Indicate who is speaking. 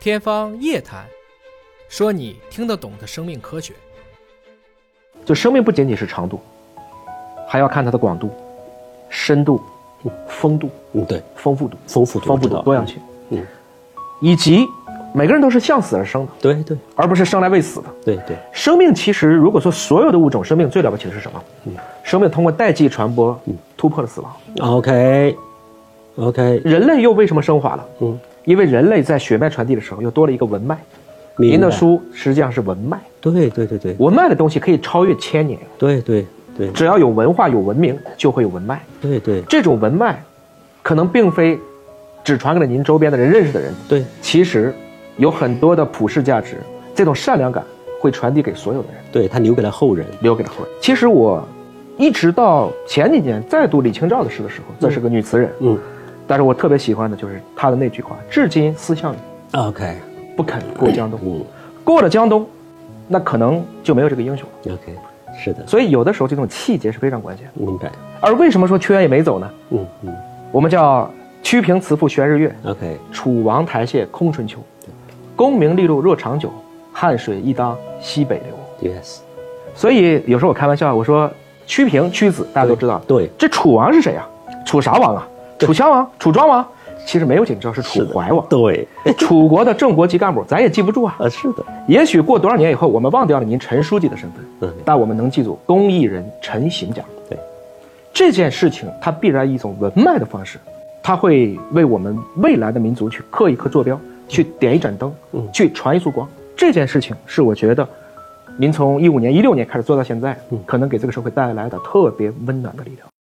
Speaker 1: 天方夜谭，说你听得懂的生命科学。
Speaker 2: 就生命不仅仅是长度，还要看它的广度、深度、丰度、
Speaker 3: 嗯，对，
Speaker 2: 丰富度、
Speaker 3: 丰富度、
Speaker 2: 丰富
Speaker 3: 我知
Speaker 2: 度、
Speaker 3: 道
Speaker 2: 多样性，
Speaker 3: 嗯，
Speaker 2: 以及每个人都是向死而生的，
Speaker 3: 对对
Speaker 2: 而不是生来为死的。
Speaker 3: 对对，
Speaker 2: 生命其实，如果说所有的物种，生命最了不起的是什么？
Speaker 3: 嗯
Speaker 2: 生命通过代际传播突破了死亡。
Speaker 3: ，OK OK，
Speaker 2: 人类又为什么升华了？
Speaker 3: 嗯，
Speaker 2: 因为人类在血脉传递的时候又多了一个文脉。您的
Speaker 3: 明白，
Speaker 2: 书实际上是文脉，
Speaker 3: 对对对对
Speaker 2: 文脉的东西可以超越千年，
Speaker 3: 对对对
Speaker 2: 只要有文化有文明，就会有文脉。
Speaker 3: 对对
Speaker 2: 这种文脉，可能并非只传给了您周边的人认识的人，
Speaker 3: 对，
Speaker 2: 其实有很多的普世价值，这种善良感会传递给所有的人，
Speaker 3: 对他留给了后人，
Speaker 2: 留给了后人。其实我一直到前几年再读李清照的诗的时候，这是个女词人，
Speaker 3: 嗯
Speaker 2: 但是我特别喜欢的就是她的那句话：“至今思项羽，
Speaker 3: ，OK，
Speaker 2: 不肯过江东。
Speaker 3: 嗯
Speaker 2: 过了江东，那可能就没有这个英雄了。
Speaker 3: ，OK，是的，
Speaker 2: 所以有的时候这种气节是非常关键的。
Speaker 3: 明白，
Speaker 2: 而为什么说屈原也没走呢？
Speaker 3: 嗯嗯
Speaker 2: 我们叫屈平辞赋悬日月，
Speaker 3: ，OK，
Speaker 2: 楚王台榭空春秋，功名利禄若长久，汗水亦当西北流。
Speaker 3: Yes，
Speaker 2: 所以有时候我开玩笑，我说屈平、屈子大家都知道，
Speaker 3: 对，
Speaker 2: 这楚王是谁呀、楚啥王啊？楚襄王、楚庄王？其实没有几个知道是楚怀王。
Speaker 3: 对，
Speaker 2: 楚国的正国级干部，咱也记不住啊。
Speaker 3: 啊，是的，
Speaker 2: 也许过多少年以后，我们忘掉了您陈书记的身份，
Speaker 3: 嗯，
Speaker 2: 但我们能记住公益人陈行讲。
Speaker 3: 对，
Speaker 2: 这件事情，它必然以一种文脉的方式，它会为我们未来的民族去刻一颗坐标，去点一盏灯，
Speaker 3: 嗯
Speaker 2: 去传一束光。这件事情是我觉得，
Speaker 3: 嗯
Speaker 2: 您从一五年、一六年开始做到现在，可能给这个社会带来的特别温暖的力量。